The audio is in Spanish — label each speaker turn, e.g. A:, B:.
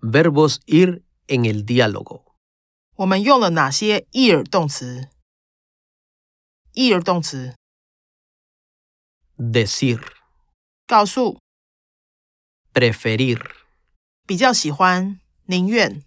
A: Verbos ir en el diálogo.
B: 我们用了哪些 ear 动词？ear 动词
A: Decir,
B: 告诉
A: preferir,
B: 比较喜欢、宁愿